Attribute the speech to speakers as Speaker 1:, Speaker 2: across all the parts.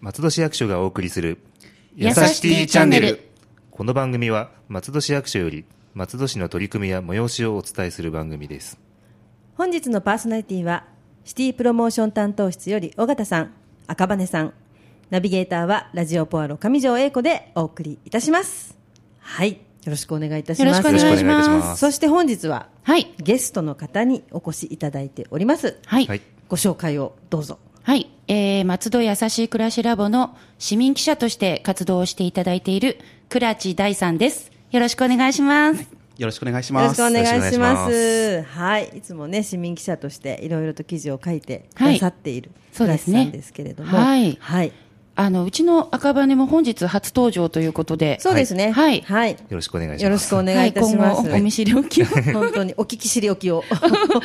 Speaker 1: 松戸市役所がお送りする
Speaker 2: やさしティーチャンネル
Speaker 1: この番組は松戸市役所より松戸市の取り組みや催しをお伝えする番組です
Speaker 3: 本日のパーソナリティはシティプロモーション担当室より尾形さん赤羽さんナビゲーターはラジオポアロ上条英子でお送りいたしますはいよろしくお願いいたし
Speaker 2: よろ
Speaker 3: ま
Speaker 2: し
Speaker 3: す
Speaker 2: くお願いし
Speaker 1: よ
Speaker 2: ます
Speaker 1: ろしくお願いいたしま
Speaker 3: そして本日は
Speaker 2: はい。
Speaker 3: ゲストの方にお越しいただいております
Speaker 2: はい。
Speaker 1: はい
Speaker 3: ご紹介をどうぞ
Speaker 2: はい。えー、松戸やさしい暮らしラボの市民記者として活動をしていただいている倉地大さんです。よろしくお願いします。
Speaker 4: よろしくお願いし
Speaker 3: よろ
Speaker 4: ま
Speaker 3: し
Speaker 4: す。
Speaker 3: くお願
Speaker 1: よろ
Speaker 3: い
Speaker 1: しく
Speaker 3: し
Speaker 1: お願いし
Speaker 3: ま
Speaker 1: ます
Speaker 3: す。はい、いつもね、市民記者として、いろいろと記事を書いてくださっている、
Speaker 2: そうですね
Speaker 3: 倉石さんですけれども。
Speaker 2: はい
Speaker 3: はい、
Speaker 2: あの、うちの赤羽も本日初登場ということで、
Speaker 3: そうですね。
Speaker 2: はい
Speaker 3: はい、
Speaker 1: よろしくお願いします
Speaker 3: よろしくお願いいた
Speaker 2: は
Speaker 3: し
Speaker 2: 今
Speaker 3: ま
Speaker 2: 後
Speaker 3: す。
Speaker 2: お見知りおきを。
Speaker 3: 本当にお聞き知りおきを。。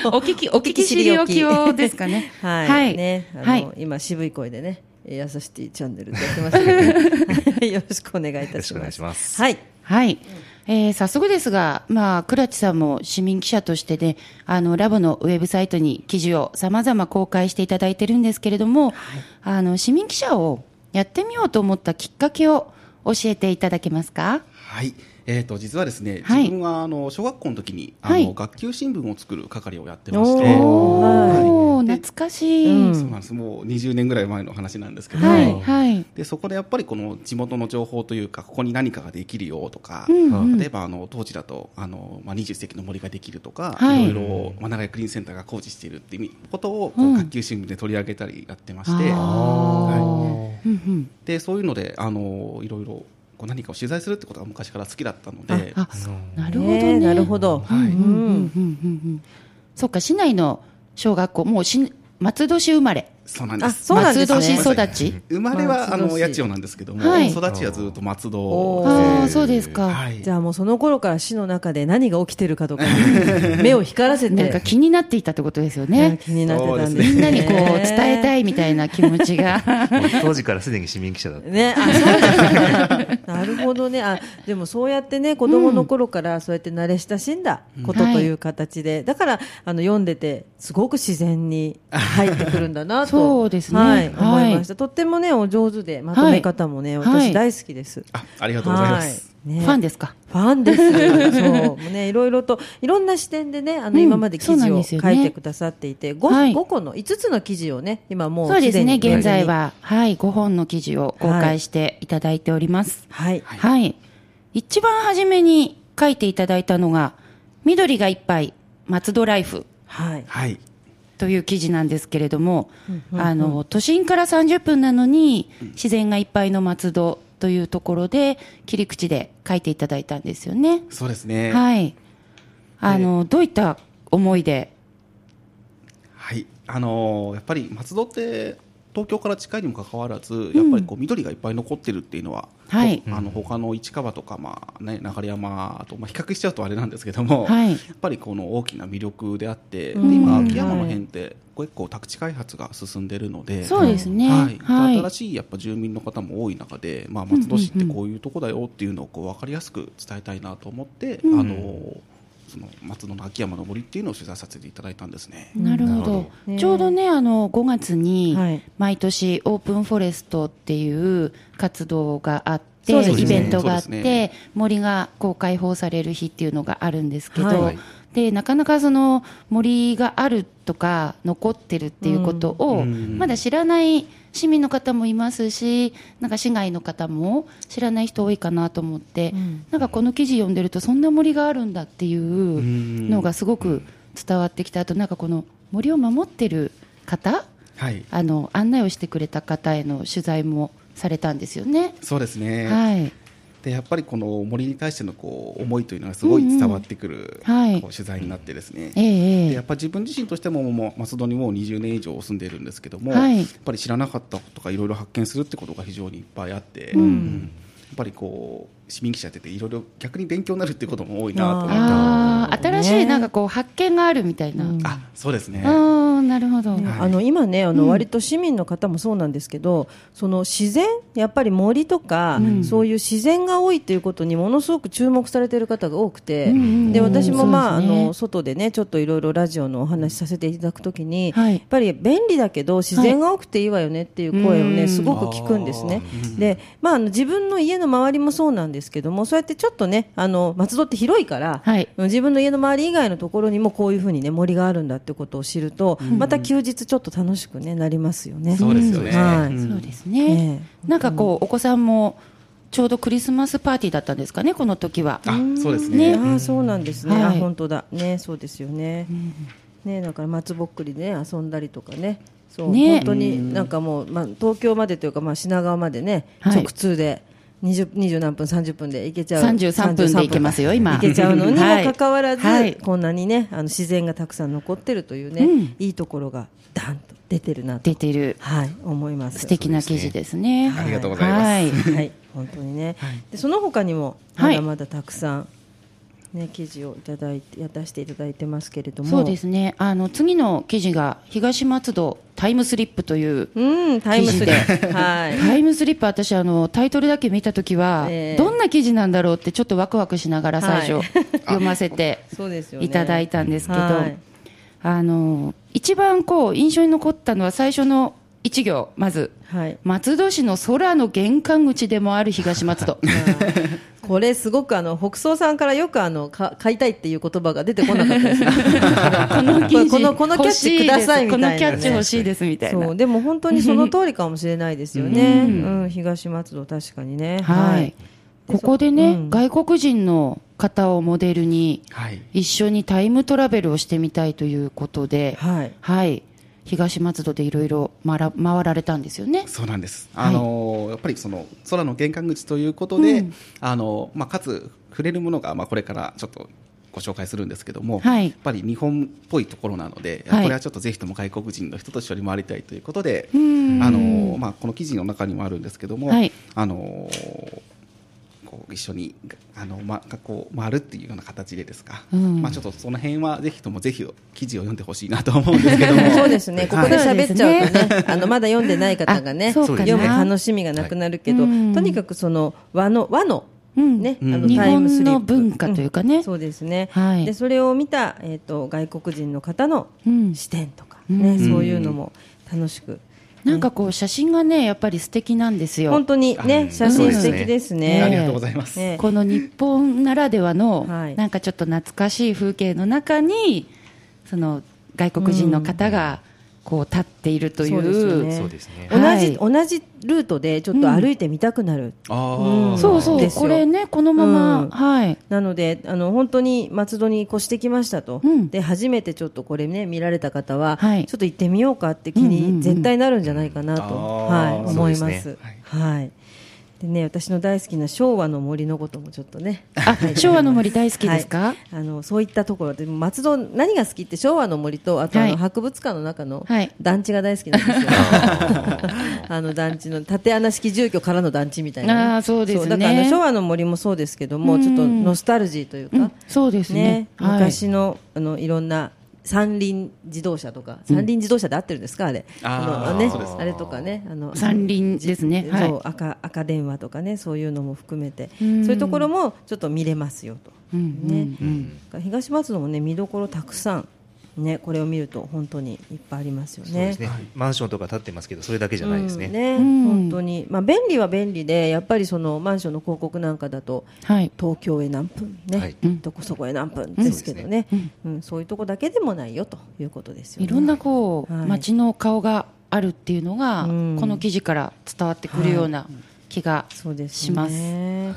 Speaker 2: お聞き、お聞き知りおきをですかね
Speaker 3: はい、ね、あの、
Speaker 2: はい。
Speaker 3: 今渋い声でね、やさしティチャンネルでやってまし たけど、はいよろしくお願いいたし
Speaker 1: よろしくお願
Speaker 3: ま
Speaker 1: い
Speaker 3: す。
Speaker 1: します
Speaker 3: はい、
Speaker 2: はい。えー早速ですが、まあ、倉地さんも市民記者としてで、あの、ラボのウェブサイトに記事を様々公開していただいてるんですけれども、あの、市民記者をやってみようと思ったきっかけを教えていただけますか
Speaker 4: はい。えー、と実はですね、
Speaker 2: はい
Speaker 4: 自分はあの小学校の時にあの、
Speaker 2: はい
Speaker 4: 学級新聞を作る係をやってまして、
Speaker 3: お
Speaker 2: お
Speaker 4: は
Speaker 2: ー
Speaker 4: いで
Speaker 2: 懐かしい。
Speaker 3: うん
Speaker 4: そうなんですもう20年ぐらい前の話なんですけど、
Speaker 2: はい、はい。
Speaker 4: でそこでやっぱりこの地元の情報というかここに何かができるよとか、
Speaker 2: うんうん
Speaker 4: 例えばあの当時だとあの、まあ、20世紀の森ができるとか、
Speaker 2: はい
Speaker 4: い、ろいろ、まあ、長屋クリーンセンターが工事しているっていうことをこう
Speaker 2: うん
Speaker 4: 学級新聞で取り上げたりやってまして、
Speaker 2: あ
Speaker 4: はい
Speaker 2: ーうん
Speaker 4: でそういうのであのいろいろこう何かを取材するってことが昔から好きだったの
Speaker 2: う
Speaker 4: で
Speaker 2: ん。あ、あなるほど
Speaker 3: ね
Speaker 2: ね。
Speaker 3: なるほど。
Speaker 4: はい
Speaker 2: うんうんうんうんうん。そっか、市内の小学校、もうし松戸市生まれ。
Speaker 4: そうなんで
Speaker 3: あ、
Speaker 4: す
Speaker 3: そうなんです
Speaker 2: 松戸市
Speaker 3: ね。
Speaker 2: 育ち。
Speaker 4: 生まれは、
Speaker 3: 松戸
Speaker 4: あの
Speaker 3: 市
Speaker 4: 八千代なんですけども、
Speaker 2: はい
Speaker 4: 育ちはずっと松
Speaker 3: お
Speaker 4: 戸
Speaker 3: ー
Speaker 2: ああ、そうですか。
Speaker 4: はい
Speaker 3: じゃあもうその頃から市の中で何が起きてるかと かに目を光らせて
Speaker 2: なんか気になっていたってことですよ
Speaker 3: いや
Speaker 2: ね。
Speaker 3: 気になってたんですね
Speaker 2: みんなにこう伝えたいみたいな気持ちが。
Speaker 1: もう当時からすでに市民記者だった
Speaker 3: ね、あそうだねなるほどねあでもそうやってね子供の頃からそうやって慣れ親しんだことという形で、だからあの読んでてすごく自然に入ってくるんだな と
Speaker 2: そうですね
Speaker 3: はい
Speaker 2: はい
Speaker 3: 思いましたとってもねお上手でまとめ方もね、
Speaker 2: はいはい
Speaker 3: 私大好きです、
Speaker 4: あありがとうございます、
Speaker 3: はいね
Speaker 2: ファンですか。
Speaker 3: ファン です。そう。もうね、いろいろと、いろんな視点でね、あの、
Speaker 2: うん
Speaker 3: 今まで記
Speaker 2: そうな
Speaker 3: 事
Speaker 2: ん
Speaker 3: を
Speaker 2: です
Speaker 3: 書
Speaker 2: よね
Speaker 3: いてくださっていて、五
Speaker 2: はい
Speaker 3: 5個の、5つの記事をね、今もう
Speaker 2: そうですね。
Speaker 3: 既に
Speaker 2: 現在。は、はい、5本の記事を公開していただいております。
Speaker 3: はい。
Speaker 2: はい。一番初めに書いていただいたのが、緑がいっぱい、松戸ライフ
Speaker 3: はい。
Speaker 4: はい
Speaker 2: という記事なんですけれども、あの、都心から30分なのに、自然がいっぱいの松戸というところで、切り口で書いていただいたんですよね。
Speaker 4: そうですねはい、
Speaker 2: はい。あの、どういった思いで、
Speaker 4: あのーやっぱり松戸って東京から近いにもかかわらず、やっぱりこう緑がいっぱい残ってるっていうのは、
Speaker 2: はい
Speaker 4: あの他の市川とか、まあね、流山と、まあ、比較しちゃうとあれなんですけども、
Speaker 2: はい
Speaker 4: やっぱりこの大きな魅力であって、
Speaker 3: うん
Speaker 4: で今、秋山の辺って、こう結構宅地開発が進んでるので、
Speaker 2: そうですね。
Speaker 4: はい
Speaker 2: はい。
Speaker 4: 新しいやっぱ住民の方も多い中で、まあ、松戸市ってこういうとこだよっていうのをこう分かりやすく伝えたいなと思って、
Speaker 2: うん
Speaker 4: あのその松戸の秋山の森っていうのを取材させていただいたんですね。
Speaker 2: なる
Speaker 1: な
Speaker 2: ほ
Speaker 1: るほ
Speaker 2: ど、
Speaker 3: どね
Speaker 2: ちょうどね、あの5月
Speaker 3: は
Speaker 2: に
Speaker 3: い
Speaker 2: 毎年、オープンフォレストっていう活動があって、
Speaker 3: そうですね
Speaker 2: イベントがあって、
Speaker 4: そうですね
Speaker 2: 森がこう開放される日っていうのがあるんですけど、
Speaker 3: はい
Speaker 2: でなかなかその森があるとか、残ってるっていうことを、
Speaker 4: うん
Speaker 2: まだ知らない市民の方もいますし、なんか市外の方も知らない人多いかなと思って、
Speaker 3: うん
Speaker 2: なんかこの記事読んでると、そんな森があるんだっていう。
Speaker 4: うん
Speaker 2: のがすごく伝わってきたあとなんかこの森を守ってる方
Speaker 4: はい、
Speaker 2: あの案内をしてくれた方への取材もされたんですよね。
Speaker 4: そうですね、
Speaker 2: はい、
Speaker 4: でやっぱりこの森に対してのこう思いというのがすごい伝わってくる、
Speaker 2: うんうんはい
Speaker 4: こう取材になってですね、で
Speaker 2: えええ
Speaker 4: やっ
Speaker 2: え
Speaker 4: ぱ自分自身としてももう松戸にもう20年以上住んでいるんですけども、
Speaker 2: はい
Speaker 4: やっぱり知らなかったこととかいろいろ発見するってことが非常にいっぱいあって、
Speaker 2: ん
Speaker 4: うんやっぱりこう市民記者やってていろいろ逆に勉強になるっていうことも多いなと思って
Speaker 2: ああ、
Speaker 3: なるほどね
Speaker 2: 新しいなんかこう発見があるみたいな。
Speaker 3: うん
Speaker 4: あそうですね
Speaker 2: ああ、なるほど。
Speaker 4: はい
Speaker 3: あの今ねあ
Speaker 2: うん
Speaker 3: の割と市民の方もそうなんですけど、その自然やっぱり森とか、
Speaker 2: うん
Speaker 3: そういう自然が多いということにものすごく注目されている方が多くて、
Speaker 2: うんうん
Speaker 3: で私もま
Speaker 2: そう
Speaker 3: あ、
Speaker 2: ですね
Speaker 3: あの外でねちょっといろいろラジオのお話しさせていただくときに、
Speaker 2: はい
Speaker 3: やっぱり便利だけど自然が多くていいわよねっていう声をね、
Speaker 2: うん
Speaker 3: すごく聞くんですね
Speaker 4: あー。
Speaker 3: で、まああの自分の家の周りもそうなんですけども、そうやってちょっとねあの松戸って広いから、
Speaker 2: はい
Speaker 3: 自分の家の周り以外のところにもこういうふうにね森があるんだってことを知ると、また休日ちょっと楽しくねなりますよね。
Speaker 4: そうですよね、
Speaker 3: はい
Speaker 4: ん
Speaker 2: そうですね
Speaker 3: ね。
Speaker 2: なんかこう、お子さんも、ちょうどクリスマスパーティーだったんですかね、この時は。
Speaker 4: あそうです
Speaker 3: ね、
Speaker 4: ね
Speaker 3: あーそうなんですね、
Speaker 2: はい
Speaker 3: あ本当だねそうですよね、ねだから松ぼっくりで、ね、遊んだりとかねそう
Speaker 2: ね
Speaker 3: 本当になんかもう、まあ、東京までというか、まあ、品川までね、
Speaker 2: はい
Speaker 3: 直通で 20, 20何分30分で行けちゃう
Speaker 2: 33分で行けますよ、今。
Speaker 3: 行けちゃうのにも
Speaker 2: はい
Speaker 3: かかわらず、
Speaker 2: はい
Speaker 3: こんなにねあの自然がたくさん残ってるというね、
Speaker 2: うん
Speaker 3: いいところがダンと出てるなと
Speaker 2: 出、てる、
Speaker 3: はい、思います
Speaker 2: 素敵な記事ですね。
Speaker 4: ありがとうございます
Speaker 2: はい。
Speaker 3: はい、本当にね、でその他にもまだまだたくさん、ね、記事をいただいてや出していただいてますけれども
Speaker 2: そうですね。あの、次の記事が、東松戸タイムスリップという、
Speaker 3: うんタイムス
Speaker 2: 記
Speaker 3: リップはい
Speaker 2: タイムスリップ、私、あの、タイトルだけ見たときは、
Speaker 3: ええ
Speaker 2: どんな記事なんだろうって、ちょっとワクワクしながら最初、
Speaker 3: はい
Speaker 2: 読ませて
Speaker 3: そうですよね
Speaker 2: いただいたんですけど、
Speaker 3: はい
Speaker 2: あの、一番こう、印象に残ったのは最初の一行、まず。
Speaker 3: はい
Speaker 2: 松戸市の空の玄関口でもある東松戸。
Speaker 3: これすごくあの北総さんからよくあのか買いたいっていう言葉が出てこなかったですね
Speaker 2: この記事
Speaker 3: このこのキャッチくださいみたいなね
Speaker 2: このキャッチ欲しいですみたい
Speaker 3: そ
Speaker 2: な
Speaker 3: う。でも本当にその通りかもしれないですよね、うん東松戸確かにね
Speaker 2: はい。ここでね、
Speaker 3: うん
Speaker 2: 外国人の方をモデルに、
Speaker 4: はい
Speaker 2: 一緒にタイムトラベルをしてみたいということで、はい。
Speaker 3: はい
Speaker 2: 東松戸でいろいろ回ら回られたんですよね。
Speaker 4: そうなんです。
Speaker 2: はい
Speaker 4: あのやっぱりその空の玄関口ということで、
Speaker 2: うん
Speaker 4: あのまあかつ触れるものがまあこれからちょっと。ご紹介するんですけども、
Speaker 2: はい
Speaker 4: やっぱり日本っぽいところなので、
Speaker 2: はい
Speaker 4: これはちょっとぜひとも外国人の人と一緒に回りたいということで、
Speaker 2: ん
Speaker 4: あのまあこの記事の中にもあるんですけども、
Speaker 2: はい
Speaker 4: あのこう一緒にあのまこう回るっていうような形でですか、
Speaker 2: うん
Speaker 4: まあちょっとその辺はぜひともぜひ記事を読んでほしいなと思うんですけども、
Speaker 3: そうですね、ここで
Speaker 2: はい
Speaker 3: 喋っちゃうとね、あのまだ読んでない方がね、
Speaker 2: あそうかな
Speaker 3: 読む楽しみがなくなるけど、
Speaker 2: はいうん
Speaker 3: とにかくその和の和の
Speaker 2: うん
Speaker 3: ね、
Speaker 4: うん
Speaker 3: あの
Speaker 2: 日
Speaker 3: タイム
Speaker 2: 本
Speaker 3: スリッ
Speaker 2: の
Speaker 3: プ
Speaker 2: 文化というか
Speaker 3: う
Speaker 2: ね
Speaker 3: ん。そうですね。
Speaker 2: はい
Speaker 3: でそれを見たえっ、と外国人の方の
Speaker 2: うん
Speaker 3: 視点とか
Speaker 2: う
Speaker 3: ね、
Speaker 2: ん
Speaker 3: そういうのも楽しく。
Speaker 2: なんかこう、写真がね、やっぱり素敵なんですよ。
Speaker 3: 本当にね、写真素敵です
Speaker 2: ええ
Speaker 4: あり
Speaker 3: ね。
Speaker 4: がとうございます。
Speaker 3: ね
Speaker 2: この日本ならではの、
Speaker 3: はい
Speaker 2: なんかちょっと懐かしい風景の中に、その外国人の方がこう立っているとい
Speaker 3: そうですよ
Speaker 2: う、
Speaker 3: ね
Speaker 1: そうですね。
Speaker 3: 同
Speaker 2: はい
Speaker 3: じ同じルートでちょっと歩いてみたくなる。
Speaker 4: あー
Speaker 3: うん
Speaker 2: そうそう
Speaker 3: ですよ
Speaker 2: これね、このまま、
Speaker 3: うん
Speaker 2: はい、
Speaker 3: なのであの本当に松戸に越してきましたと、
Speaker 2: うん
Speaker 3: で初めてちょっとこれね見られた方は、
Speaker 2: はい
Speaker 3: ちょっと行ってみようかって気
Speaker 2: うんうんうん
Speaker 3: に絶対なるんじゃないかなと、
Speaker 4: あ
Speaker 3: はい、
Speaker 4: ー
Speaker 3: 思い
Speaker 1: そう
Speaker 3: ま。
Speaker 1: ですす
Speaker 3: はい、でね私の大好きな昭和の森のこともちょっとね。
Speaker 2: あ昭和の森大好きですか、
Speaker 3: はいあのそういったところで松戸何が好きって昭和の森とあとあの、
Speaker 2: はい
Speaker 3: 博物館の中の
Speaker 2: はい
Speaker 3: 団地が大好きなんで すよ。 あの団地の縦穴式住居からの団地みたいなね、
Speaker 2: あーそうですね
Speaker 3: だからあの昭和の森もそうですけども、
Speaker 2: うん
Speaker 3: ちょっとノスタルジーというか、
Speaker 2: うんそうですね
Speaker 3: ね
Speaker 2: はい
Speaker 3: 昔のあのいろんな三輪自動車とか三輪自動車で合ってるんですかあれ
Speaker 4: あー
Speaker 3: のね
Speaker 4: そうです
Speaker 3: あれとかねあの
Speaker 2: 山林ですね、はい
Speaker 3: そう赤赤電話とかねそういうのも含めて、
Speaker 2: うん
Speaker 3: そういうところもちょっと見れますよと、
Speaker 2: うん
Speaker 3: ね
Speaker 2: うんうん
Speaker 3: だから東松戸もね見どころたくさんねこれを見ると本当にいっぱいありますよ
Speaker 1: そうですね
Speaker 4: はい。
Speaker 1: マンションとか建ってますけど、それだけじゃないです
Speaker 3: うん
Speaker 1: ね。
Speaker 3: ね
Speaker 2: うん
Speaker 3: 本当に、まあ、便利は便利でやっぱりそのマンションの広告なんかだと
Speaker 2: はい、
Speaker 3: 東京へ何分ね、
Speaker 1: はい
Speaker 3: どこそこへ何分ですけどね、
Speaker 2: うん
Speaker 3: うんそういうとこだけでもないよということですよね。
Speaker 2: いろんなこう、
Speaker 3: はい
Speaker 2: 街の顔があるっていうのが、
Speaker 3: うん
Speaker 2: この記事から伝わってくるような気が、
Speaker 3: そうですね
Speaker 2: します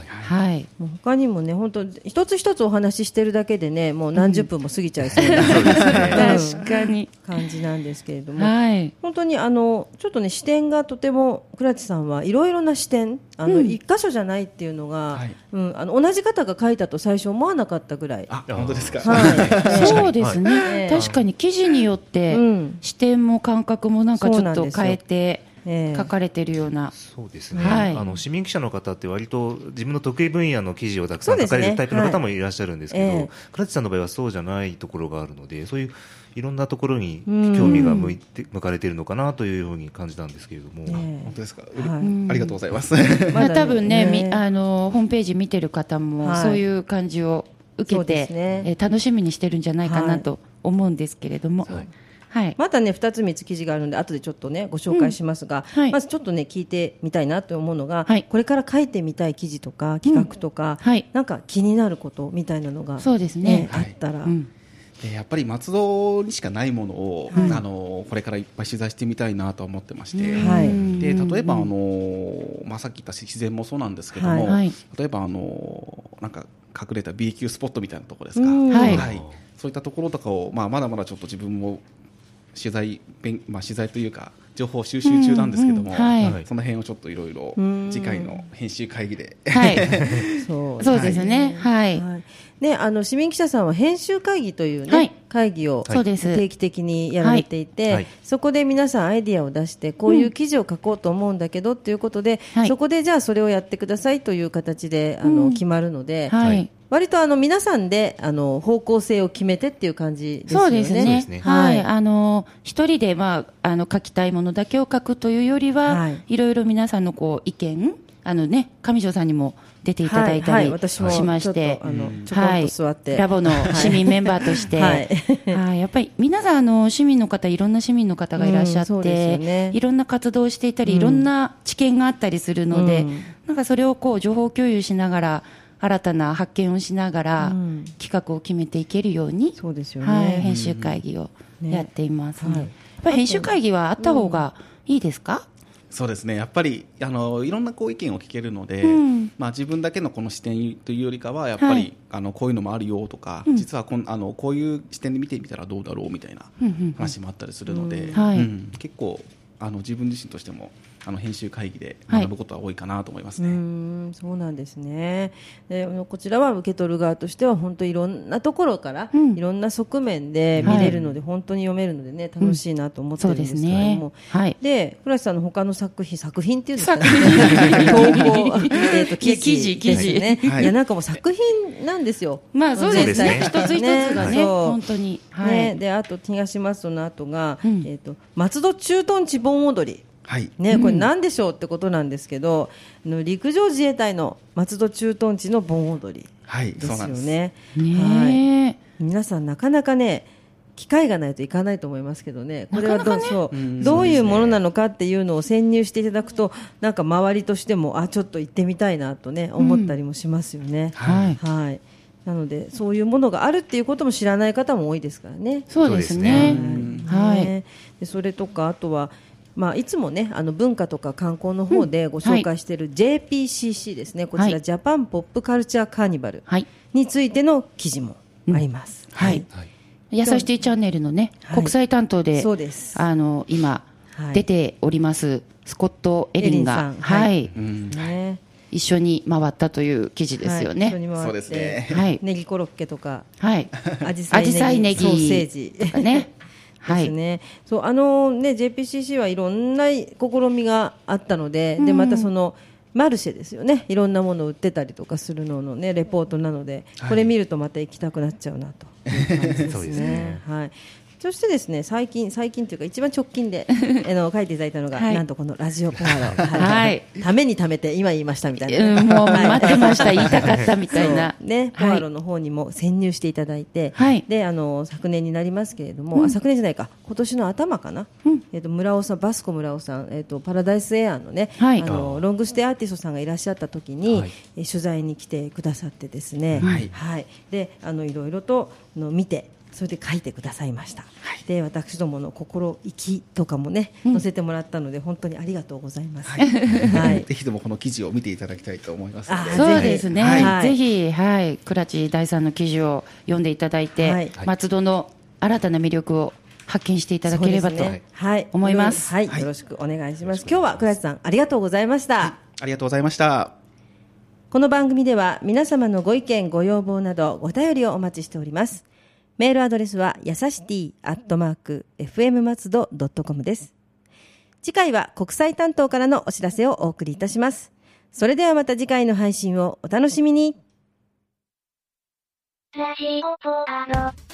Speaker 2: はい、
Speaker 3: もう他にもね本当一つ一つお話ししてるだけでねもう何十分も過ぎちゃい そうな、
Speaker 1: そうですね。
Speaker 2: 確かに、
Speaker 3: 感じなんですけれ ども、
Speaker 2: はい、
Speaker 3: 本当にあのちょっとね視点がとても倉地さんはいろいろな視点あの、
Speaker 2: うん
Speaker 3: 一箇所じゃないっていうのが、
Speaker 4: はい
Speaker 3: うん、あの同じ方が書いたと最初思わなかったぐらい。
Speaker 4: あ、本当ですか。
Speaker 3: はい
Speaker 2: そうですね、
Speaker 3: はい
Speaker 2: 確かに記事によって、
Speaker 3: うん
Speaker 2: 視点も感覚もなんかち
Speaker 3: そう
Speaker 2: ょ
Speaker 3: な
Speaker 2: っ
Speaker 3: んで
Speaker 2: と
Speaker 3: すよ
Speaker 2: 変えて
Speaker 3: ええ
Speaker 2: 書かれてるような。
Speaker 1: そうですね、
Speaker 2: はい
Speaker 1: あの市民記者の方って割と自分の得意分野の記事をたくさ
Speaker 3: そうんで
Speaker 1: 書
Speaker 3: す
Speaker 1: か
Speaker 3: ね
Speaker 1: れるタイプの方もいらっしゃるんですけど、
Speaker 3: はいええ
Speaker 1: 倉地さんの場合はそうじゃないところがあるのでそういういろんなところに興味が向いて向かれているのかなというように感じたんですけれども、
Speaker 4: 本
Speaker 3: ね
Speaker 4: 当ですか、
Speaker 3: は
Speaker 2: ん
Speaker 4: ありがとうござい ます。
Speaker 3: え
Speaker 2: ま
Speaker 3: ま
Speaker 2: あ、
Speaker 3: だ
Speaker 2: 多分ねみ
Speaker 3: ね
Speaker 2: あのホームページ見てる方も
Speaker 3: はい
Speaker 2: そういう感じを受
Speaker 3: そ
Speaker 2: け
Speaker 3: うで
Speaker 2: て、
Speaker 3: すね
Speaker 2: えー楽しみにしてるんじゃないか
Speaker 3: は
Speaker 2: ないと思うんですけれども、はい
Speaker 3: またね2つ3つ記事があるので後でちょっとねご紹介しますが、
Speaker 2: うんはい
Speaker 3: まずちょっとね聞いてみたいなと思うのが、
Speaker 2: はい
Speaker 3: これから書いてみたい記事とか企画とか、
Speaker 2: はい
Speaker 3: なんか気になることみたいなのが
Speaker 2: そうですね
Speaker 3: あったら、
Speaker 2: うん
Speaker 4: でやっぱり松戸にしかないものを、
Speaker 3: はい
Speaker 4: あのこれからいっぱい取材してみたいなと思ってまして、
Speaker 3: はい
Speaker 4: で例えばあの、まあ、さっき言った自然もそうなんですけども、
Speaker 2: はいはい
Speaker 4: 例えばあのなんか隠れた B 級スポットみたいなところですか、
Speaker 3: うん
Speaker 2: はい
Speaker 4: そういったところとかを、まあ、まだまだちょっと自分も取材、勉まあ、取材というか情報収集中なんですけども、
Speaker 2: うんうんはい
Speaker 1: はい
Speaker 4: その辺をちょっといろいろ
Speaker 3: うん
Speaker 4: 次回の編集会議で、
Speaker 2: はい、
Speaker 3: そう
Speaker 2: そうですねはい
Speaker 3: ね、あの市民記者さんは編集会議という、ね
Speaker 2: はい
Speaker 3: 会議を
Speaker 2: はいそうです
Speaker 3: 定期的にやられていて、
Speaker 1: はい
Speaker 3: そこで皆さんアイディアを出してこういう記事を書こうと思うんだけどっていうことで、
Speaker 2: はい
Speaker 3: そこでじゃあそれをやってくださいという形であの、
Speaker 2: うん
Speaker 3: 決まるので、
Speaker 2: はい
Speaker 1: はい
Speaker 3: 割とあの皆さんであの方向性を決めてっていう感じですよね。
Speaker 2: そうです
Speaker 1: そう
Speaker 2: ね
Speaker 1: ですね
Speaker 2: はい、
Speaker 3: はい
Speaker 2: あの一人で、まあ、あの書きたいものだけを書くというよりは、
Speaker 3: はい
Speaker 2: い、ろいろ皆さんのこう意見あのね上条さんにも出ていただいた
Speaker 3: は
Speaker 2: り
Speaker 3: いはい私も
Speaker 2: しまして、
Speaker 3: ちょっとあの
Speaker 4: うん
Speaker 3: ちょこっと座って、
Speaker 2: はい、ラボの市民メンバーとして、
Speaker 3: は
Speaker 2: はいい、やっぱり皆さんあの市民の方いろんな市民の方がいらっしゃって、
Speaker 3: うんそうですよね
Speaker 2: いろんな活動をしていたり、いろんな知見があったりするので、
Speaker 3: うん
Speaker 2: なんかそれをこう情報共有しながら新たな発見をしながら、
Speaker 3: うん
Speaker 2: 企画を決めていけるように
Speaker 3: そうですよね。
Speaker 2: はい、編集会議を
Speaker 3: ね
Speaker 2: やっています、
Speaker 3: はい
Speaker 2: やっぱり編集会議はあった方がいいですか、
Speaker 4: そうですねやっぱりあのいろんなこう意見を聞けるので、
Speaker 2: うん
Speaker 4: まあ、自分だけのこの視点というよりかはやっぱり、
Speaker 2: はい
Speaker 4: あのこういうのもあるよとか、
Speaker 2: うん
Speaker 4: 実はこんあのこういう視点で見てみたらどうだろうみたいな
Speaker 2: うんうんうん
Speaker 4: 話もあったりするので、
Speaker 2: うんはい
Speaker 4: うん結構あの自分自身としてもあの編集会議で
Speaker 2: はい
Speaker 4: 学ぶことは多いかなと思います
Speaker 3: うー
Speaker 4: ね。
Speaker 3: んそうなんですねであのこちらは受け取る側としては本当いろんなところから、
Speaker 2: うん
Speaker 3: いろんな側面で見れるので、本当に読めるのでね楽しいなと思って
Speaker 2: そ
Speaker 3: る
Speaker 2: うん
Speaker 3: で
Speaker 2: ですす
Speaker 3: けれど
Speaker 2: ね
Speaker 3: も。
Speaker 2: はい
Speaker 3: で、倉石さんの他の作品、作品っていうんですかね。投稿、 えっと、記
Speaker 2: 記事
Speaker 3: 事
Speaker 2: 記
Speaker 3: で
Speaker 2: 事
Speaker 3: すね。
Speaker 4: はい
Speaker 3: いや、なんかもう作品なんですよ。
Speaker 2: まあそうですね
Speaker 1: そう
Speaker 2: 一つ一つがね
Speaker 3: そう
Speaker 2: 本当にはい、
Speaker 3: ね、で、あと、東松戸の後が、
Speaker 2: うん
Speaker 3: えっと、松戸駐屯地盆踊り。
Speaker 4: はい
Speaker 3: ね、これ何でしょうってことなんですけど、あの陸上自衛隊の松戸駐屯地の盆踊り
Speaker 4: はい、
Speaker 3: で
Speaker 4: そう
Speaker 3: す
Speaker 4: な
Speaker 3: よ
Speaker 4: んです。
Speaker 3: ね。はい
Speaker 2: ね
Speaker 3: 皆さんなかなかね機会がないといかないと思いますけどね、これはどうそう
Speaker 4: うん
Speaker 3: どういうものなのかっていうのを潜入していただくと、なんか周りとしても、あちょっと行ってみたいなとね、思ったりもしますよね。
Speaker 2: はい
Speaker 3: はいなので、そういうものがあるっていうことも知らない方も多いですからね。
Speaker 2: そうですね
Speaker 3: は
Speaker 2: はいい
Speaker 3: ねでそれとかあとは、まあ、いつもねあの文化とか観光の方でご紹介している JPCC ですね、こち
Speaker 2: は
Speaker 3: ら
Speaker 2: い
Speaker 3: ジャパンポップカルチャーカーニバル
Speaker 2: はい
Speaker 3: についての記事もあります。
Speaker 2: はい、やさしティチャンネルのね、
Speaker 3: はい
Speaker 2: 国際担当で、
Speaker 3: そうです
Speaker 2: あの今、
Speaker 3: はい
Speaker 2: 出ておりますスコット・エリン
Speaker 3: エリ
Speaker 2: が
Speaker 3: ンさん
Speaker 2: はい、
Speaker 3: はい
Speaker 4: うん、
Speaker 3: ね
Speaker 2: 一緒に回ったという記事ですよね。
Speaker 3: はい
Speaker 4: そうですね。
Speaker 2: はい
Speaker 3: ネギコロッケとか、
Speaker 2: はい、
Speaker 3: アジ
Speaker 2: アジサイネギ
Speaker 3: ソーセージ。
Speaker 2: とかね は
Speaker 3: です
Speaker 2: い、
Speaker 3: ね。そうあのね JPCC はいろんな試みがあったので、で
Speaker 2: うん
Speaker 3: またそのマルシェですよね。いろんなものを売ってたりとかするののねレポートなので、
Speaker 4: はい
Speaker 3: これ見るとまた行きたくなっちゃ うなという感じですね。
Speaker 1: そうですね
Speaker 3: はい。そしてですね最近最近というか一番直近 であの書いていただいたのが、
Speaker 2: はい
Speaker 3: なんとこのラジオポアロ、
Speaker 2: はい
Speaker 3: ためにためて今言いましたみたいな、
Speaker 2: うん、もう
Speaker 3: はい
Speaker 2: 待ってました、言いたかったみたいな。
Speaker 3: そうね、ポ
Speaker 2: はい
Speaker 3: アロの方にも潜入していただいて、
Speaker 2: はい
Speaker 3: であの昨年になりますけれども、あ昨年じゃないか今年の頭かな、えっと村尾さんバスコ村尾さん、えっとパラダイスエアのね、
Speaker 2: はい
Speaker 3: あのロングステイアーティストさんがいらっしゃった時に、
Speaker 1: はい
Speaker 3: え取材に来てくださってですね、
Speaker 4: はい
Speaker 3: であのいろいろとあの見てそれで書いてくださいました、で私どもの心意気とかもね、載せてもらったので本当にありがとうございます。は い
Speaker 4: ぜひともこの記事を見ていただきたいと思いますの
Speaker 3: あ
Speaker 4: で。
Speaker 2: そうですね、
Speaker 3: はいはい
Speaker 2: ぜひ、はい、倉地大さんの記事を読んでいただいて、
Speaker 3: はい
Speaker 2: 松戸の新たな魅力を発見していただければ
Speaker 3: そう
Speaker 2: と
Speaker 3: ですねはい、
Speaker 2: 思います
Speaker 3: はい、
Speaker 4: はい
Speaker 3: よろしくお願いします。今日は倉地さん、ありがとうございました。
Speaker 4: ありがとうございました。
Speaker 3: この番組では、皆様のご意見、ご要望など、お便りをお待ちしております。メールアドレスは、やさしティアットマーク、fm 松戸ドットコムです。次回は国際担当からのお知らせをお送りいたします。それではまた次回の配信をお楽しみに。
Speaker 5: ラジオポアド。